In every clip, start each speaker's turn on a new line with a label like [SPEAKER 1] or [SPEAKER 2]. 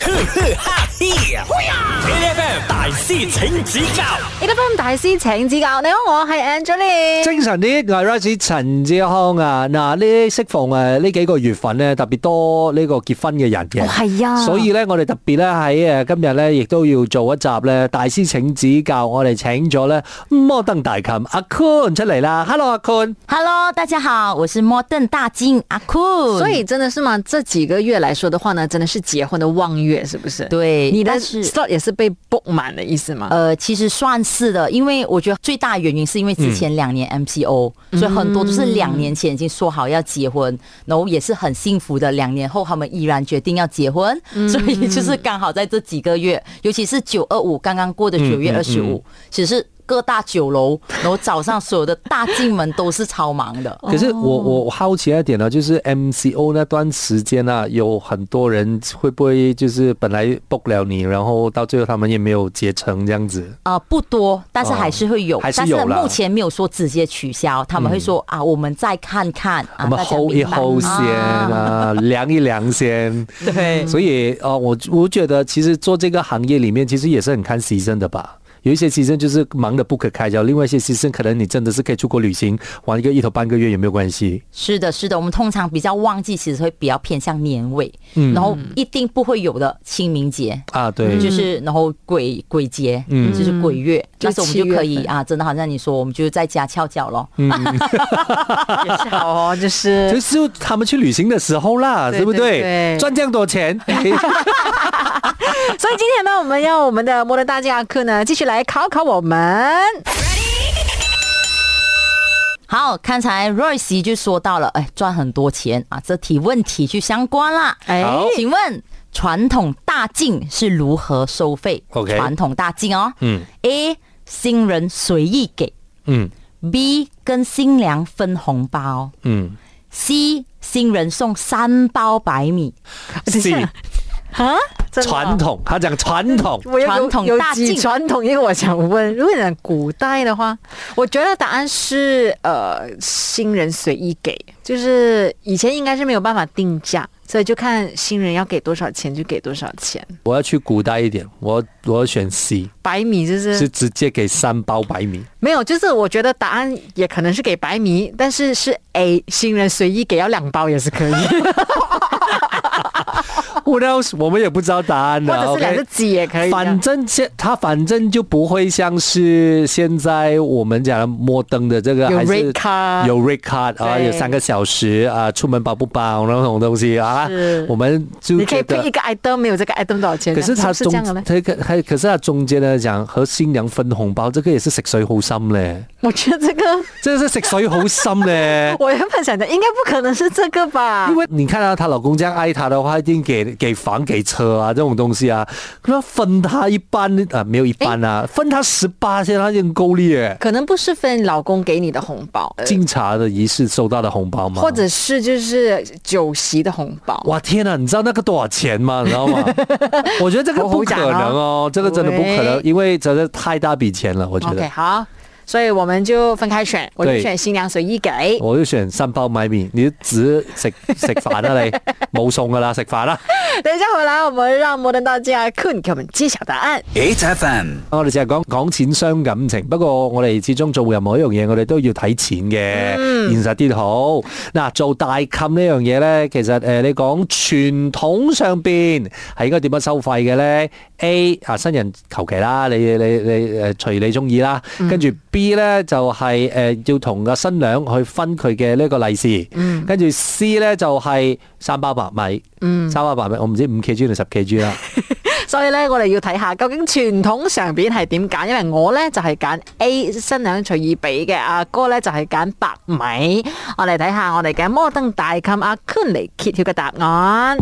[SPEAKER 1] 哈嘿，A.F.M. 大師請指教
[SPEAKER 2] 你得翻大師請指教，你好，我係 Angeline。
[SPEAKER 3] 精神啲，我係 Rice 陳志康啊！嗱，呢適逢誒呢幾個月份咧，特別多呢個結婚嘅人嘅。
[SPEAKER 2] 哦係啊
[SPEAKER 3] 所以咧，我哋特別咧喺呃誒今日咧，亦都要做一集咧，大師請指教。我哋請咗咧摩登大琴阿 Kun 出嚟啦，Hello 阿 Kun。
[SPEAKER 4] Hello，大家好，我是摩登大金阿酷。
[SPEAKER 2] 所以真的是嘛，这几个月来说的话呢，真的是结婚的望月，是不是？
[SPEAKER 4] 对
[SPEAKER 2] 你的
[SPEAKER 4] 但是
[SPEAKER 2] slot 也是被 book 满的意思吗？
[SPEAKER 4] 呃，其实算是的，因为我觉得最大原因是因为之前两年 MCO，、所以
[SPEAKER 2] 嗯
[SPEAKER 4] 很多都是两年前已经说好要结婚，然后也是很幸福的，两年后他们依然决定要结婚，
[SPEAKER 2] 嗯
[SPEAKER 4] 所以就是刚好在这几个月，尤其是九二五刚刚过的九月二十
[SPEAKER 2] 嗯
[SPEAKER 4] 五，其实各大酒楼，然后早上所有的大进门都是超忙的。
[SPEAKER 2] 哦
[SPEAKER 3] 可是我我我好奇一点呢，就是 MCO 那段时间啊，有很多人会不会就是本来 book 了你，然后到最后他们也没有结成这样子？
[SPEAKER 4] 啊、不多，但是还是会有，
[SPEAKER 3] 哦还是
[SPEAKER 4] 但
[SPEAKER 3] 有
[SPEAKER 4] 是
[SPEAKER 3] 啦嗯
[SPEAKER 4] 目前没有说直接取消，他们会说、啊，我们再看看啊，
[SPEAKER 3] 我们
[SPEAKER 4] 大家
[SPEAKER 3] hold 一
[SPEAKER 4] 明白
[SPEAKER 3] hold 先啊，量一量先。
[SPEAKER 4] 对，
[SPEAKER 3] 所以啊、呃我我觉得其实做这个行业里面，其实也是很看牺牲的吧。有一些牺牲就是忙得不可开交，另外一些牺牲可能你真的是可以出国旅行，玩一个一头半个月也没有关系。
[SPEAKER 4] 是的，是的，我们通常比较旺季，其实会比较偏向年尾，
[SPEAKER 3] 嗯
[SPEAKER 4] 然后一定不会有的清明节。
[SPEAKER 3] 啊，对，
[SPEAKER 4] 就是，然后鬼鬼节，
[SPEAKER 3] 嗯
[SPEAKER 4] 就是鬼月，
[SPEAKER 2] 就
[SPEAKER 4] 但是我们就可
[SPEAKER 2] 七月
[SPEAKER 4] 以啊，真的好像你说，我们就在家翘脚咯。
[SPEAKER 2] 也是好哦，就是
[SPEAKER 3] 就是他们去旅行的时候啦，
[SPEAKER 2] 对
[SPEAKER 3] 对不
[SPEAKER 2] 对对
[SPEAKER 3] 赚这样多钱，
[SPEAKER 2] 所以今天呢，我们要我们的摩登大家课呢，继续来考考我们。
[SPEAKER 4] 好，刚才 Royce 就说到了，哎，赚很多钱啊，这题问题就相关啦。
[SPEAKER 2] 哎
[SPEAKER 3] 好
[SPEAKER 4] 请问传统大镜是如何收费
[SPEAKER 3] OK
[SPEAKER 4] 传统大镜哦，
[SPEAKER 3] 嗯
[SPEAKER 4] ，A 新人随意给
[SPEAKER 3] 嗯
[SPEAKER 4] ，B 跟新娘分红包
[SPEAKER 3] 嗯，
[SPEAKER 4] ，C 新人送三包白米，
[SPEAKER 2] 等一下
[SPEAKER 3] 是
[SPEAKER 2] 啊，真的哦
[SPEAKER 3] 传。统，他讲传统，
[SPEAKER 2] 我有
[SPEAKER 4] 传统
[SPEAKER 2] 有
[SPEAKER 4] 大
[SPEAKER 2] 几
[SPEAKER 4] 进
[SPEAKER 2] 传统，因为我想问，如果讲古代的话，我觉得答案是呃，新人随意给，就是以前应该是没有办法定价，所以就看新人要给多少钱就给多少钱。
[SPEAKER 3] 我要去古代一点，我我要选 C，
[SPEAKER 2] 白米就是
[SPEAKER 3] 是直接给三包白米。
[SPEAKER 2] 没有，就是我觉得答案也可能是给白米，但是是 A 新人随意给要两包也是 可以，
[SPEAKER 3] What else？我们也不知道答案
[SPEAKER 2] 或
[SPEAKER 3] 的，
[SPEAKER 2] 者是
[SPEAKER 3] OK
[SPEAKER 2] 两个鸡也可以啊的。
[SPEAKER 3] 反正现它反正就不会像是现在我们讲的摩登的这个，
[SPEAKER 2] 有
[SPEAKER 3] 还是
[SPEAKER 2] red card
[SPEAKER 3] 有 red card 啊，
[SPEAKER 2] 对
[SPEAKER 3] 有三个小时啊，出门包不包那种东西啊
[SPEAKER 2] 是，
[SPEAKER 3] 我们就
[SPEAKER 2] 你可以
[SPEAKER 3] 觉
[SPEAKER 2] 配一个
[SPEAKER 3] 得。
[SPEAKER 2] item，没有这个 item 多少钱？啊
[SPEAKER 3] 可是它
[SPEAKER 2] 是不
[SPEAKER 3] 中
[SPEAKER 2] 是这样的呢，
[SPEAKER 3] 它可还可是它中间呢讲和新娘分红包，这个也是食水好深嘞，
[SPEAKER 2] 我觉得这个。
[SPEAKER 3] 这个是食水好深嘞
[SPEAKER 2] 我原本想的应该不可能是这个吧
[SPEAKER 3] 因？为你看啊，她老公这样爱她的话，一定给给房给车啊这种东西啊，那分她一半啊，没有一半啊，分她十八现在已经够力耶。
[SPEAKER 2] 可能不是分老公给你的红包，呃
[SPEAKER 3] 敬茶的仪式收到的红包吗？
[SPEAKER 2] 或者是就是酒席的红包。
[SPEAKER 3] 哇天啊！你知道那个多少钱吗？你 知道吗？我觉得这个不可能哦，这个真的不可能，
[SPEAKER 2] 对
[SPEAKER 3] 因为真的太大笔钱了，我觉
[SPEAKER 2] 啊 OK，
[SPEAKER 3] 得。
[SPEAKER 2] 好，所以我们就分开选，我就
[SPEAKER 3] 对哦
[SPEAKER 2] 选新娘随意给。
[SPEAKER 3] 我就选三包买米，你就只食食飯啦你，冇餸噶啦，食飯啦。
[SPEAKER 2] 等一下回来，我们让摩登大家 Kun 给我们揭晓答案。
[SPEAKER 1] ，A.F.M.
[SPEAKER 3] 啊我哋成日講講錢傷感情，不過我哋始終做任何一樣嘢，我哋都要睇錢嘅，現實啲好。嗱，做大冚呢樣嘢咧，其實誒、呃你講傳統上邊係應該點樣收費嘅咧？A 啊，新人求其啦，你你你誒隨你中意啦。跟住 B 咧就係、呃要同個新娘去分佢嘅呢個利是。跟住 C 咧就係、三包白米，三包白米，我唔知五 K G 定十 K G 啦。
[SPEAKER 2] 所以咧，我哋要睇下究竟傳統上邊係點揀，因為我咧就係、揀 A 新娘隨意俾嘅，阿哥咧就係、揀白米。我哋睇下我哋嘅摩登大冚阿 Kun 嚟揭曉嘅答案。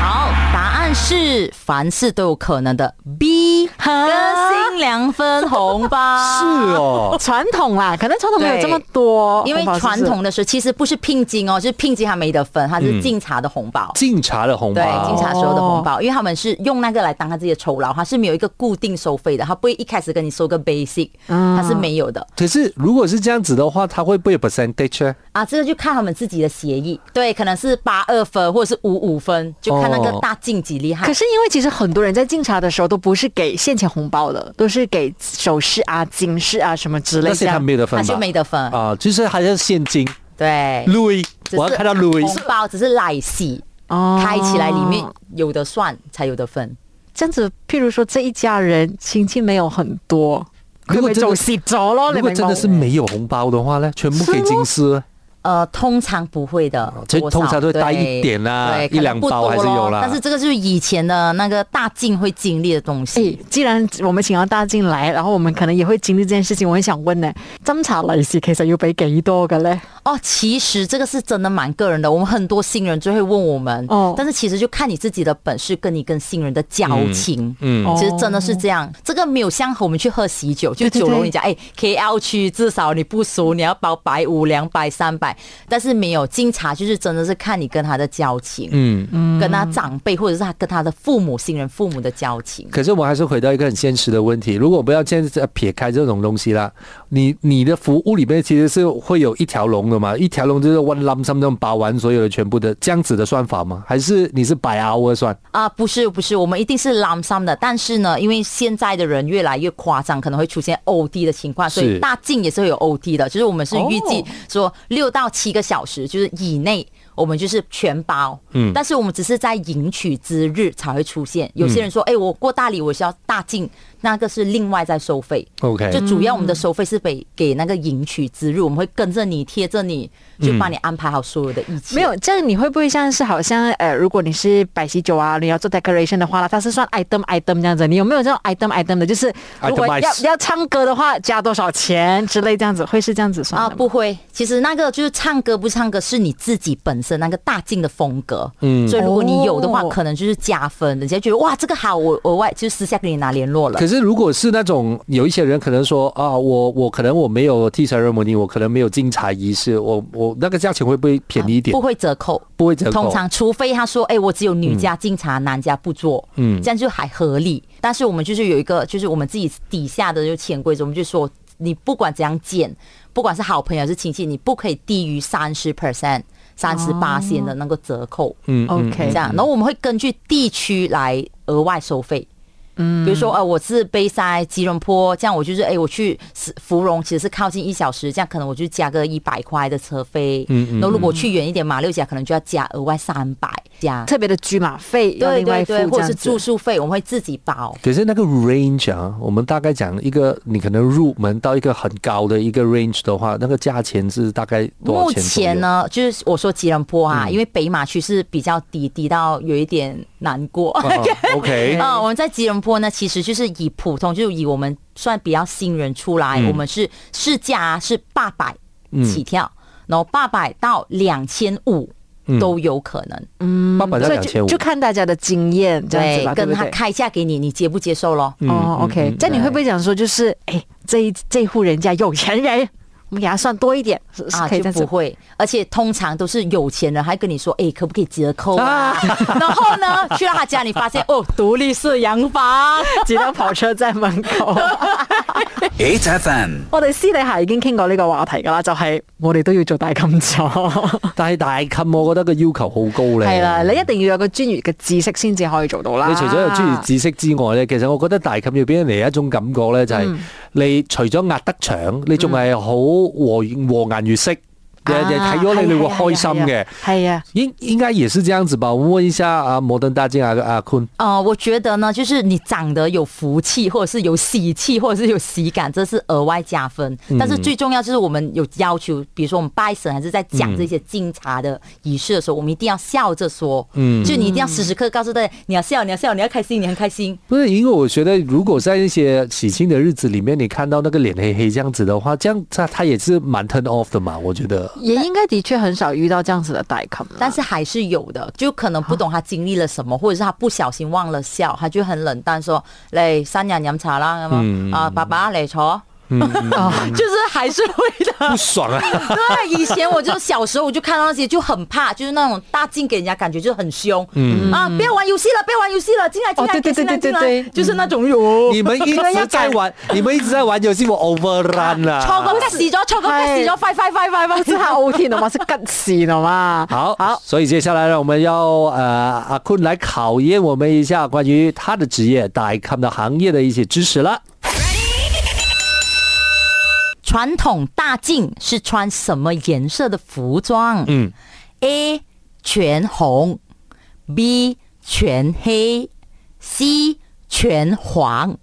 [SPEAKER 4] 好，答案是凡事都有可能的 B
[SPEAKER 2] 跟
[SPEAKER 4] 跟新新娘分红包。
[SPEAKER 3] 是。哦，
[SPEAKER 2] 传统啦，可能传统没有这么多，
[SPEAKER 4] 因为
[SPEAKER 2] 哦红包是不
[SPEAKER 4] 传
[SPEAKER 2] 是
[SPEAKER 4] 统的时候其实不是聘金哦，就是聘金还没得分，它
[SPEAKER 3] 嗯
[SPEAKER 4] 是敬茶的红包。
[SPEAKER 3] 敬茶的红
[SPEAKER 4] 对，
[SPEAKER 2] 哦
[SPEAKER 3] 包，
[SPEAKER 4] 警察收的红包，因为他们是用那个来当他自己的酬劳，他是没有一个固定收费的，他不会一开始跟你收个 basic，
[SPEAKER 2] 嗯
[SPEAKER 4] 他是没有的
[SPEAKER 3] 可是如果是这样子的话，它会不会有 percentage？呢
[SPEAKER 4] 啊。这个就看他们自己的协议，对，可能是八二分或者是五五分，就看那个
[SPEAKER 3] 哦
[SPEAKER 4] 大晋级厉害。
[SPEAKER 2] 可是因为其实很多人在敬茶的时候都不是给现钱红包的，都是给首饰啊、金饰啊什么之类
[SPEAKER 3] 那
[SPEAKER 2] 这
[SPEAKER 3] 些
[SPEAKER 2] 样
[SPEAKER 3] 他没有得
[SPEAKER 4] 他
[SPEAKER 3] 分吧
[SPEAKER 4] 就？没得分，
[SPEAKER 3] 啊，就是还是现金
[SPEAKER 4] 对，
[SPEAKER 3] Louis，
[SPEAKER 4] 只是
[SPEAKER 3] 我要看到 Louis
[SPEAKER 4] 红包只是来洗，
[SPEAKER 2] 哦
[SPEAKER 4] 开起来里面有的算才有的分。
[SPEAKER 2] 这样子，譬如说这一家人亲戚没有很多，
[SPEAKER 3] 如
[SPEAKER 2] 佢
[SPEAKER 3] 果
[SPEAKER 2] 咪
[SPEAKER 3] 真
[SPEAKER 2] 做
[SPEAKER 3] 的
[SPEAKER 2] 蚀咗咯？
[SPEAKER 3] 如
[SPEAKER 2] 你
[SPEAKER 3] 果
[SPEAKER 2] 明
[SPEAKER 3] 真
[SPEAKER 2] 白
[SPEAKER 3] 的是没有红包的话呢，全部给金丝，啊
[SPEAKER 4] 呃，通常不会的，
[SPEAKER 3] 哦所以
[SPEAKER 4] 多少
[SPEAKER 3] 通常都会带一点啦
[SPEAKER 4] 对
[SPEAKER 3] 一两包还是有啦
[SPEAKER 4] 可能不多咯但是这个就是以前的那个大晋会经历的东
[SPEAKER 2] 诶
[SPEAKER 4] 西。，
[SPEAKER 2] 哎既然我们请到大进来，然后我们可能也会经历这件事情，我很想问呢，斟茶利是其实要俾几多嘅咧？
[SPEAKER 4] 哦，其实这个是真的蛮个人的，我们很多新人就会问我们，
[SPEAKER 2] 哦
[SPEAKER 4] 但是其实就看你自己的本事跟你跟新人的交情。
[SPEAKER 3] 嗯
[SPEAKER 2] 哦
[SPEAKER 4] 其实真的是这样，这个没有像我们去喝喜酒，就
[SPEAKER 2] 对对
[SPEAKER 4] 酒楼
[SPEAKER 2] 对
[SPEAKER 4] 你讲，哎，KL 区至少你不熟，你要包百五、两百、三百，但是没有敬茶，就是真的是看你跟他的交情，
[SPEAKER 3] 嗯。
[SPEAKER 4] 跟他长辈或者是他跟他的父母、新人父母的交情。
[SPEAKER 3] 可是我还是回到一个很现实的问题，如果不要现在撇开这种东西啦，你你的服务里面其实是会有一条龙的嘛，一条龙就是 one lump sum 这种把完所有的全部的这样子的算法吗？还是你是 by hour 算？
[SPEAKER 4] 啊、不是不是，我们一定是 lump sum 的，但是呢，因为现在的人越来越夸张，可能会出现 OT 的情况，所
[SPEAKER 3] 是
[SPEAKER 4] 以大进也是会有 OT 的，就是我们是预计
[SPEAKER 2] 哦
[SPEAKER 4] 说六到七个小时，就是以内。我们就是全包，
[SPEAKER 3] 嗯
[SPEAKER 4] 但是我们只是在迎娶之日才会出现。有些人
[SPEAKER 3] 嗯
[SPEAKER 4] 说，哎、我过大礼我是要大进，那个是另外再收费。
[SPEAKER 3] OK
[SPEAKER 4] 就主要我们的收费是给给那个迎娶之日，我们会跟着你贴着你，就帮你
[SPEAKER 3] 嗯
[SPEAKER 4] 安排好所有的一切。
[SPEAKER 2] 没有，这样你会不会像是好像呃，如果你是摆喜酒啊，你要做 decoration 的话啦，它是算 item item 这样子。你有没有这种 item item 的？就是如果
[SPEAKER 3] Itemize
[SPEAKER 2] 要要唱歌的话，加多少钱之类这样子，哦会是这样子算
[SPEAKER 4] 啊，
[SPEAKER 2] 的吗
[SPEAKER 4] 不会，其实那个就是唱歌不唱歌是你自己本身那个大进的风格，嗯，所以如果你有的话，
[SPEAKER 2] 哦
[SPEAKER 4] 可能就是加分，人家觉得哇这个好，我额外就私下跟你拿联络了
[SPEAKER 3] 可。是如果是那种有一些人可能说啊，我我可能我没有替神人模拟，我可能没有敬茶仪式，我我那个价钱会不会便宜一点？
[SPEAKER 4] 不会折扣，
[SPEAKER 3] 不会折扣
[SPEAKER 4] 通常，除非他说：“哎、我只有女家敬茶，男家不做。”
[SPEAKER 3] 嗯
[SPEAKER 4] 嗯，这样就还合理。但是我们就是有一个，就是我们自己底下的就潜规则，我们就说，你不管怎样见，不管是好朋友还是亲戚，你不可以低于三十 percent、三十八线的那个折扣。
[SPEAKER 3] 嗯嗯
[SPEAKER 2] ？OK，
[SPEAKER 4] 这样，然后我们会根据地区来额外收费。嗯，比如说呃，我是杯塞吉隆坡，这样我就是哎，我去是芙蓉其实是靠近一小时，这样可能我就加个一百块的车费。
[SPEAKER 3] 嗯
[SPEAKER 4] 嗯
[SPEAKER 3] 嗯
[SPEAKER 4] 嗯，然后如果我去远一点马六甲，可能就要加额外三百加。
[SPEAKER 2] 特别的居马费要
[SPEAKER 4] 对
[SPEAKER 2] 另外付
[SPEAKER 4] 对对，
[SPEAKER 2] 这
[SPEAKER 4] 或者
[SPEAKER 2] 样
[SPEAKER 4] 是
[SPEAKER 2] 子。
[SPEAKER 4] 住宿费，我们会自己包。
[SPEAKER 3] 可是那个 range 啊，我们大概讲一个，你可能入门到一个很高的一个 range 的话，那个价钱是大概多少
[SPEAKER 4] 目
[SPEAKER 3] 钱左右
[SPEAKER 4] 前？呢，就是我说吉隆坡啊，因为北马区是比较低，低到有一点难过。
[SPEAKER 3] 啊 OK，
[SPEAKER 4] 啊、我们在吉隆坡呢，其实就是以普通，就是以我们算比较新人出来，我们是市价是八百起跳，然后八百到两千五都有可能，
[SPEAKER 3] 八百到
[SPEAKER 2] 所以
[SPEAKER 3] 两千
[SPEAKER 2] 就
[SPEAKER 3] 五
[SPEAKER 2] 就，看大家的经验嗯这样子吧，对
[SPEAKER 4] 跟
[SPEAKER 2] 不
[SPEAKER 4] 他嗯
[SPEAKER 2] 对？
[SPEAKER 4] 开价给你，你接不接受咯？
[SPEAKER 2] 哦，OK，这样你会不会讲说就是，哎，这一这户人家有钱人，我们给他算多一点，是是
[SPEAKER 4] 啊，
[SPEAKER 2] 可以这
[SPEAKER 4] 就
[SPEAKER 2] 样
[SPEAKER 4] 不
[SPEAKER 2] 子。
[SPEAKER 4] 会，而且通常都是有钱人还跟你说，哎、可不可以折扣 啊？然后呢，去到他家里发现，哦，独立式洋房，
[SPEAKER 2] 几辆跑车在门 口。
[SPEAKER 1] ，H F M。
[SPEAKER 2] 我哋私底下已經傾過呢個話題㗎啦，就係我哋都要做大 金咗。
[SPEAKER 3] 但係大襟我覺得個要求好高咧。
[SPEAKER 2] 係啦，你一定要有個專業嘅知識先至可以做到啦。
[SPEAKER 3] 你除咗有專業知識之外咧，其實我覺得大冚要俾人嚟一種感覺咧，就
[SPEAKER 2] 嗯
[SPEAKER 3] 係你除咗壓得長，你仲係好和和顏悅色，你你睇咗你你會開心嘅。
[SPEAKER 2] 係啊，
[SPEAKER 3] 應應該也是這樣子吧？我問一下啊，摩登大靖啊阿坤，
[SPEAKER 4] 呃，我觉得呢，就是你长得有福气，或者是有喜气，或者是有喜感，这是额外加分。
[SPEAKER 3] 嗯
[SPEAKER 4] 但是最重要就是我们有要求，比如说我们拜神还是在讲这些敬茶的仪式的时候，我们一定要笑着说，
[SPEAKER 3] 嗯
[SPEAKER 4] 就你一定要时时刻刻告诉大家，你要笑，你要笑，你要开心，你很开心。
[SPEAKER 3] 不是因为我覺得，如果在一些喜慶的日子裡面，你看到那個臉黑黑這樣子的話，這樣他他也是蠻 turn off 的嘛？我覺得
[SPEAKER 2] 也应该的确很少遇到这样子的代坑，
[SPEAKER 4] 但是还是有的，就可能不懂他经历了什么，或者是他不小心忘了笑，他就很冷淡说：“嚟三人饮茶啦，咁啊、
[SPEAKER 3] 嗯
[SPEAKER 4] 啊，爸爸嚟坐。
[SPEAKER 2] 哦
[SPEAKER 4] 就是还是会 的。
[SPEAKER 3] 不爽啊！
[SPEAKER 4] 对，以前我就小时候我就看到那些就很怕，就是那种大进给人家感觉就很凶，啊，不要玩游戏了，不要玩游戏了，进来进来
[SPEAKER 2] 哦对对
[SPEAKER 4] 进来
[SPEAKER 2] 对对
[SPEAKER 4] 进来
[SPEAKER 2] 对对
[SPEAKER 4] 就是那种哟。
[SPEAKER 3] 你们一直在玩，你们一直在玩游戏，我 overrun 啊了。
[SPEAKER 4] 錯咁嘅事咗，錯咁嘅事咗，快快快快快！
[SPEAKER 2] 之下 O T 的嘛，是更细的嘛。
[SPEAKER 3] 好，
[SPEAKER 2] 好，
[SPEAKER 3] 所以接下来让我们要呃阿坤来考验我们一下关于他的职业、大康的行业的一些知识了。
[SPEAKER 4] 传统大镜是穿什么颜色的服装？
[SPEAKER 3] 嗯
[SPEAKER 4] ，A 全红，B 全黑，C 全黄。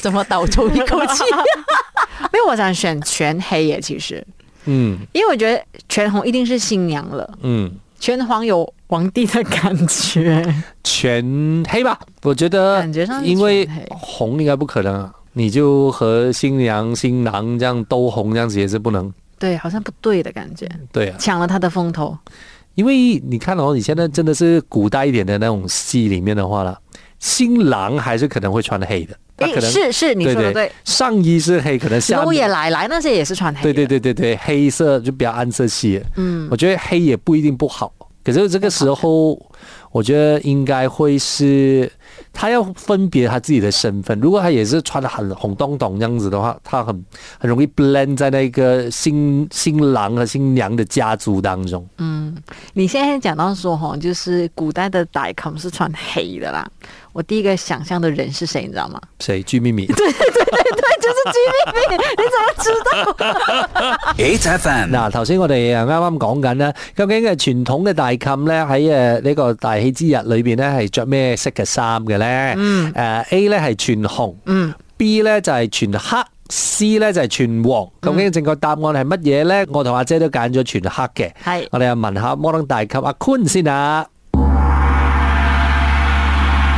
[SPEAKER 4] 怎么倒抽一口气？
[SPEAKER 2] 因为我想选全黑耶，其实，
[SPEAKER 3] 嗯
[SPEAKER 2] 因为我觉得全红一定是新娘了，
[SPEAKER 3] 嗯，
[SPEAKER 2] 全黄有皇帝的感觉。
[SPEAKER 3] 全黑吧，我觉得，
[SPEAKER 2] 感觉上是
[SPEAKER 3] 因为
[SPEAKER 2] 全黑
[SPEAKER 3] 红应该不可能啊，你就和新娘新郎这样都红这样子也是不能。
[SPEAKER 2] 对，好像不对的感觉，
[SPEAKER 3] 对啊，
[SPEAKER 2] 抢了他的风头。
[SPEAKER 3] 因为你看哦，你现在真的是古代一点的那种戏里面的话了，新郎还是可能会穿黑的，他可
[SPEAKER 2] 诶
[SPEAKER 3] 能
[SPEAKER 2] 是是，你说的对，
[SPEAKER 3] 上衣是黑，可能下
[SPEAKER 2] 楼
[SPEAKER 3] 面
[SPEAKER 2] 也来来那些也是穿黑。
[SPEAKER 3] 对对，对对对，黑色就比较暗色系。嗯，我觉得黑也不一定不好，可是这个时候，我觉得应该会是他要分别他自己的身份。如果他也是穿的很红咚咚这样子的话，他很很容易 blend 在那个新新郎和新娘的家族当中。
[SPEAKER 2] 你现在讲到说哈，就是古代的歹康是穿黑的啦。我第一个想象的人是谁，你知道吗？
[SPEAKER 3] 谁居秘 密？
[SPEAKER 2] 对，就是 G B B，你怎么知道？
[SPEAKER 1] H F M
[SPEAKER 3] 嗱，頭先我哋誒啱啱講緊咧，究竟嘅傳統嘅大冚咧喺誒呢個大喜之日裏邊咧係着咩色嘅衫嘅咧？嗯，誒 A 咧係全紅，嗯，B 咧就係全黑。C 咧就係全黃，究竟正確答案係乜嘢咧？我同阿姐都揀咗全黑嘅，
[SPEAKER 2] 係
[SPEAKER 3] 我哋又問下摩登大級阿坤先啊。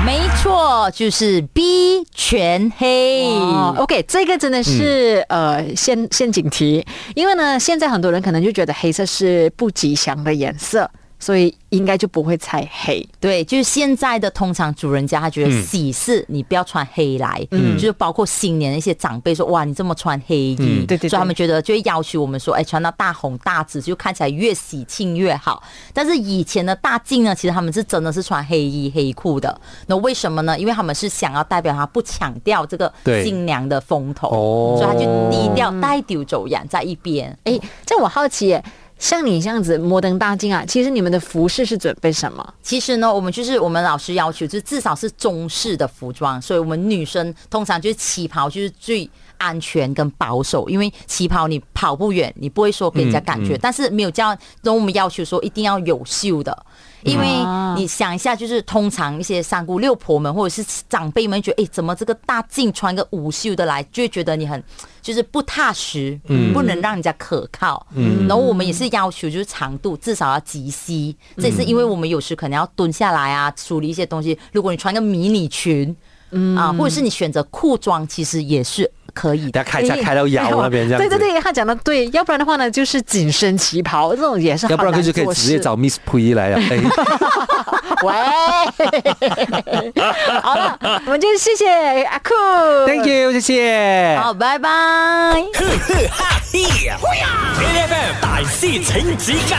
[SPEAKER 4] 没错，就是 B 全黑。
[SPEAKER 2] 哦，OK，这个真的是、呃陷陷阱题，因为呢，现在很多人可能就觉得黑色是不吉祥的颜色，所以应该就不会猜黑。
[SPEAKER 4] 对，就是现在的通常主人家他觉得喜事你不要穿黑来，
[SPEAKER 2] 嗯
[SPEAKER 4] 就是包括新年的一些长辈说哇你这么穿黑衣，
[SPEAKER 2] 嗯对对对
[SPEAKER 4] 所以他们觉得就会要求我们说哎穿到大红大紫就看起来越喜庆越好。但是以前的大晋呢，其实他们是真的是穿黑衣黑裤的，那为什么呢？因为他们是想要代表他不抢掉这个
[SPEAKER 3] 对
[SPEAKER 4] 新娘的风头，
[SPEAKER 3] 哦
[SPEAKER 4] 所以他就低调带丢走养在一边。
[SPEAKER 2] 诶，这我好奇耶，像你这样子摩登大镜啊，其实你们的服饰是准备什么？
[SPEAKER 4] 其实呢，我们就是我们老师要求，就至少是中式的服装，所以我们女生通常就是旗袍就是最安全跟保守，因为旗袍你跑不远，你不会说给人家感觉，但是没有这样，跟我们要求说一定要有袖的。因为
[SPEAKER 2] 啊
[SPEAKER 4] 你想一下，就是通常一些三姑六婆们或者是长辈们觉得，哎，怎么这个大镜穿个无袖的来，就会觉得你很就是不踏实，不能让人家可靠。然后我们也是要求就是长度至少要及膝，这也是因为我们有时可能要蹲下来啊，处理一些东西。如果你穿个迷你裙，啊，或者是你选择裤装，其实也是可以
[SPEAKER 3] 等
[SPEAKER 4] 的。
[SPEAKER 3] 下
[SPEAKER 2] 哎
[SPEAKER 3] 看一下哎开到腰那边 这样
[SPEAKER 2] 对
[SPEAKER 3] 子，
[SPEAKER 2] 对对，他讲的对，要不然的话呢，就是紧身旗袍这种也是
[SPEAKER 3] 要不然
[SPEAKER 2] 很
[SPEAKER 3] 佢
[SPEAKER 2] 难
[SPEAKER 3] 就可以
[SPEAKER 2] 做
[SPEAKER 3] 直接
[SPEAKER 2] 事
[SPEAKER 3] 找 Miss Pui 来了。 哎
[SPEAKER 2] 喂， 好了，我们就谢谢阿酷
[SPEAKER 3] Thank you，谢谢。
[SPEAKER 4] 好，拜拜。
[SPEAKER 1] 呵呵哈嘿，N F M 大师请指教。